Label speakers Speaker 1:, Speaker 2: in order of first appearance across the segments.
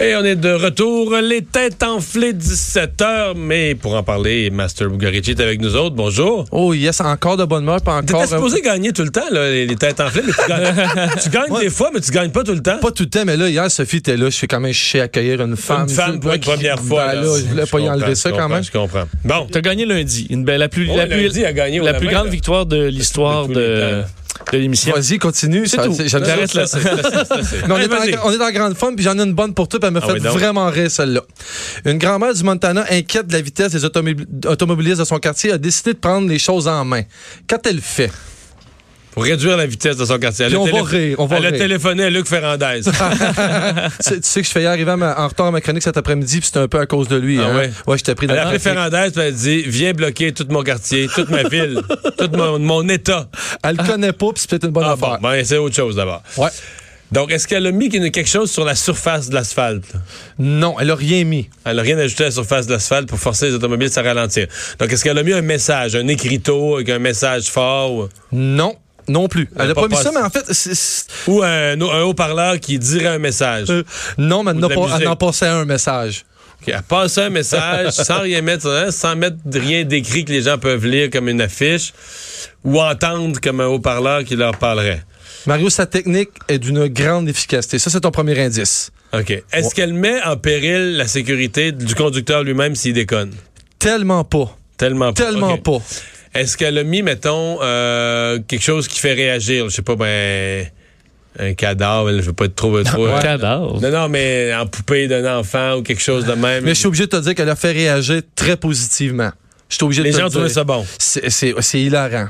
Speaker 1: Et on est de retour, les têtes enflées 17h, mais pour en parler, Master Bugarici est avec nous autres, bonjour.
Speaker 2: Oh yes, encore de bonne humeur, pas encore... euh,
Speaker 1: T'étais supposé gagner tout le temps, là, les, les têtes enflées, mais tu gagnes, tu gagnes
Speaker 2: Ouais.
Speaker 1: des fois, mais tu gagnes pas tout le temps.
Speaker 2: Pas tout le temps, mais là, hier, Sophie était là. Je suis quand même chez accueillir une femme.
Speaker 1: Une femme pour une
Speaker 2: Qui-
Speaker 1: première fois.
Speaker 2: Ben là, je voulais pas y
Speaker 1: comprends,
Speaker 2: enlever
Speaker 1: je
Speaker 2: ça quand
Speaker 1: comprends,
Speaker 2: même.
Speaker 1: Je comprends. Bon,
Speaker 3: T'as gagné lundi. Une belle, la plus,
Speaker 1: Ouais,
Speaker 3: la plus,
Speaker 1: lundi a gagné au
Speaker 3: la plus
Speaker 1: lendemain,
Speaker 3: grande
Speaker 1: là.
Speaker 3: victoire de l'histoire
Speaker 1: De tous les
Speaker 3: de, de l'émission.
Speaker 2: Vas-y, continue.
Speaker 3: C'est
Speaker 2: ça-
Speaker 3: tout.
Speaker 2: j'aime ça.
Speaker 3: J'arrête là.
Speaker 1: ça, c'est- ça, c'est- c'est-
Speaker 2: Mais on,
Speaker 1: Allez,
Speaker 2: est
Speaker 1: vas-y.
Speaker 2: en, on est en grande forme, puis j'en ai une bonne pour toi, puis elle me
Speaker 1: Ah
Speaker 2: fait
Speaker 1: oui, donc.
Speaker 2: vraiment rire, celle-là. Une grand-mère du Montana inquiète de la vitesse des automobi- automobilistes de son quartier a décidé de prendre les choses en main. Qu'a-t-elle fait?
Speaker 1: Pour réduire la vitesse de son quartier. Elle a
Speaker 2: Puis on va rire, on va
Speaker 1: Elle a
Speaker 2: rire.
Speaker 1: téléphoné à Luc Ferrandez.
Speaker 2: tu, sais, tu sais que je fais arriver à ma- en retard à ma chronique cet après-midi, puis c'était un peu à cause de lui.
Speaker 1: Ah
Speaker 2: hein?
Speaker 1: ouais?
Speaker 2: j'étais pris dans
Speaker 1: Elle a
Speaker 2: le
Speaker 1: appelé
Speaker 2: trafic.
Speaker 1: Ferrandez, puis elle a dit Viens bloquer tout mon quartier, toute ma ville, tout mon, mon état.
Speaker 2: Elle le connaît pas, puis c'est peut-être une bonne
Speaker 1: Ah bon,
Speaker 2: affaire.
Speaker 1: ben, c'est autre chose d'abord.
Speaker 2: Ouais.
Speaker 1: Donc, est-ce qu'elle a mis qu'il y a quelque chose sur la surface de l'asphalte?
Speaker 2: Non, elle a rien mis.
Speaker 1: Elle n'a rien ajouté à la surface de l'asphalte pour forcer les automobilistes à ralentir. Donc, est-ce qu'elle a mis un message, un écriteau avec un message fort ou,
Speaker 2: Non, non plus. Elle
Speaker 1: Elle a
Speaker 2: n'a pas,
Speaker 1: pas
Speaker 2: mis ça,
Speaker 1: passé.
Speaker 2: mais en fait, c'est- c'est-
Speaker 1: ou un, un haut-parleur qui dirait un message?
Speaker 2: euh, non, mais elle
Speaker 1: Ou
Speaker 2: n'a
Speaker 1: de la
Speaker 2: pas- elle
Speaker 1: musique.
Speaker 2: en passait un message.
Speaker 1: Ok, Elle passe un message sans rien mettre, hein, sans mettre rien d'écrit que les gens peuvent lire comme une affiche ou entendre comme un haut-parleur qui leur parlerait.
Speaker 2: Mario, sa technique est d'une grande efficacité. Ça, c'est ton premier indice.
Speaker 1: OK. Est-ce
Speaker 2: Ouais.
Speaker 1: qu'elle met en péril la sécurité du conducteur lui-même s'il déconne?
Speaker 2: Tellement pas.
Speaker 1: Tellement pas.
Speaker 2: Tellement
Speaker 1: OK.
Speaker 2: pas.
Speaker 1: Est-ce qu'elle a mis, mettons, euh, quelque chose qui fait réagir? Je sais pas, ben, un cadavre, là, je veux pas être trop... euh, trop
Speaker 3: Un cadavre.
Speaker 1: Non, non, mais en poupée d'un enfant ou quelque chose de même.
Speaker 2: Mais je suis obligé de te dire qu'elle a fait réagir très positivement. Je suis obligé
Speaker 1: Les
Speaker 2: de te
Speaker 1: gens
Speaker 2: le dire.
Speaker 1: trouvaient ça bon.
Speaker 2: C'est- C'est c'est hilarant.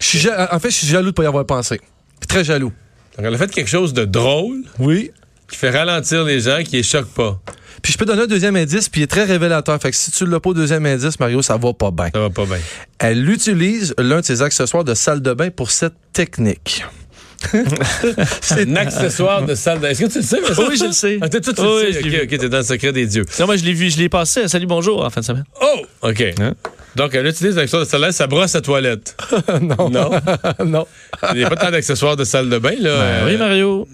Speaker 2: Je suis ja- En fait, je suis jaloux de ne pas y avoir pensé. Très jaloux.
Speaker 1: Donc, elle a fait quelque chose de drôle
Speaker 2: Oui.
Speaker 1: qui fait ralentir les gens, qui les choque pas.
Speaker 2: Puis je peux donner un deuxième indice, puis il est très révélateur. Fait que si tu l'as pas au deuxième indice, Mario, ça va pas bien.
Speaker 1: Ça va pas bien.
Speaker 2: Elle utilise l'un de ses accessoires de salle de bain pour cette technique. C'est-
Speaker 1: Un accessoire de salle de... Est-ce que tu le sais? Vincent?
Speaker 3: Oui, je le sais.
Speaker 1: Ah, t'es- toi, tu
Speaker 3: Oui,
Speaker 1: le
Speaker 3: je
Speaker 1: sais.
Speaker 3: l'ai
Speaker 1: OK,
Speaker 3: vu.
Speaker 1: OK, t'es dans le secret des dieux.
Speaker 3: Non, moi, je l'ai vu, je l'ai passé. à Salut, bonjour, en fin de semaine.
Speaker 1: Oh! OK.
Speaker 3: Hein?
Speaker 1: Donc, elle utilise un accessoire de salle de bain, ça brosse sa toilette.
Speaker 2: non.
Speaker 1: Non.
Speaker 2: non.
Speaker 1: Il n'y a pas tant d'accessoires de salle de bain, là.
Speaker 3: Ben
Speaker 1: Euh,
Speaker 3: oui, Mario.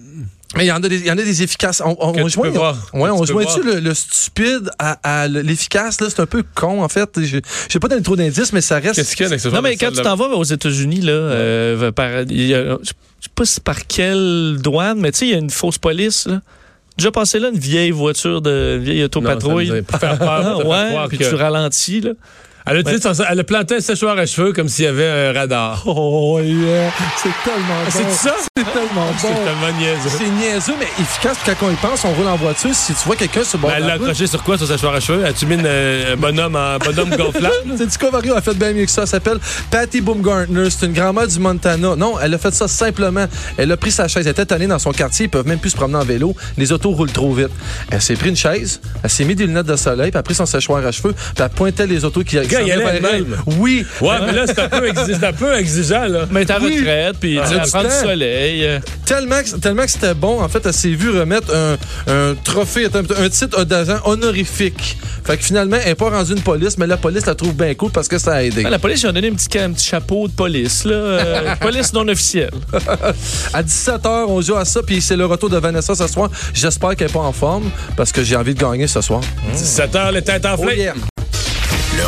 Speaker 2: Mais il y en a des, il y en a des efficaces. On, on,
Speaker 1: Que
Speaker 2: on
Speaker 1: tu peux
Speaker 2: joint,
Speaker 1: voir.
Speaker 2: Ouais,
Speaker 1: Que
Speaker 2: on
Speaker 1: tu peux
Speaker 2: joint-tu le, le stupide à, à l'efficace? là? C'est un peu con, en fait. Je n'ai pas donné trop d'indices, mais ça reste.
Speaker 1: Qu'est-ce qu'il y a d'accessoire
Speaker 3: Non, mais
Speaker 1: de
Speaker 3: quand
Speaker 1: salle
Speaker 3: tu
Speaker 1: de
Speaker 3: t'en vas aux États-Unis, là, euh, par- il y a- je je sais pas si par quelle douane, mais tu sais, il y a une fausse police, là. Déjà passé là, une vieille voiture de une vieille
Speaker 1: Non, ça me
Speaker 3: autopatrouille.
Speaker 1: dirait, pour faire peur, pour te faire
Speaker 3: ouais,
Speaker 1: croire
Speaker 3: puis
Speaker 1: que-
Speaker 3: tu ralentis, là.
Speaker 1: Elle a, utilisé son- elle a planté un séchoir à cheveux comme s'il y avait un radar.
Speaker 2: Oh, yeah. C'est tellement bon.
Speaker 1: Ah, C'est ça? Ah,
Speaker 2: C'est tellement
Speaker 1: C'est
Speaker 2: bon.
Speaker 1: tellement niaiseux. Ben,
Speaker 2: C'est niaiseux, mais efficace. Puis Quand on y pense, on roule en voiture. Si tu vois quelqu'un sur le bord
Speaker 1: Ben, elle
Speaker 2: de
Speaker 1: l'a
Speaker 2: la route,
Speaker 1: accroché sur quoi, son séchoir à cheveux? As-tu mis une, euh, un bonhomme en bonhomme gonflable?
Speaker 2: C'est du quoi, Mario a fait bien mieux que ça. Elle s'appelle Patty Boomgartner. C'est une grand-mère du Montana. Non, elle a fait ça simplement. Elle a pris sa chaise. Elle était tannée dans son quartier. Ils peuvent même plus se promener en vélo. Les autos roulent trop vite. Elle s'est pris une chaise. Elle s'est mis des lunettes de soleil. Puis elle a pris son séchoir à cheveux. Puis elle pointait les autos qui qui
Speaker 1: Gars,
Speaker 2: s'en
Speaker 1: y
Speaker 2: venaient
Speaker 1: allait
Speaker 2: vers
Speaker 1: elle-même.
Speaker 2: elle. Oui.
Speaker 1: Ouais, mais là, c'est un, peu exi- c'est un peu exigeant, là.
Speaker 3: Mais t'es en
Speaker 2: Oui.
Speaker 3: retraite, puis tu
Speaker 2: Ah,
Speaker 3: vas
Speaker 2: du
Speaker 3: prendre du
Speaker 2: temps.
Speaker 3: soleil. euh.
Speaker 2: Tellement que, tellement que c'était bon. En fait, elle s'est vue remettre un, un trophée, un, un titre d'agent honorifique. Fait que finalement, elle n'est pas rendue une police, mais la police la trouve bien cool parce que ça a aidé.
Speaker 3: Ah, la police, ils ont donné un petit, ca- un petit chapeau de police, là. euh, police non officielle.
Speaker 2: À 17h, on joue à ça, puis c'est le retour de Vanessa ce soir. J'espère qu'elle n'est pas en forme, parce que j'ai envie de gagner ce soir.
Speaker 1: 17 heures, les têtes enflées.
Speaker 2: Oh yeah.
Speaker 4: Le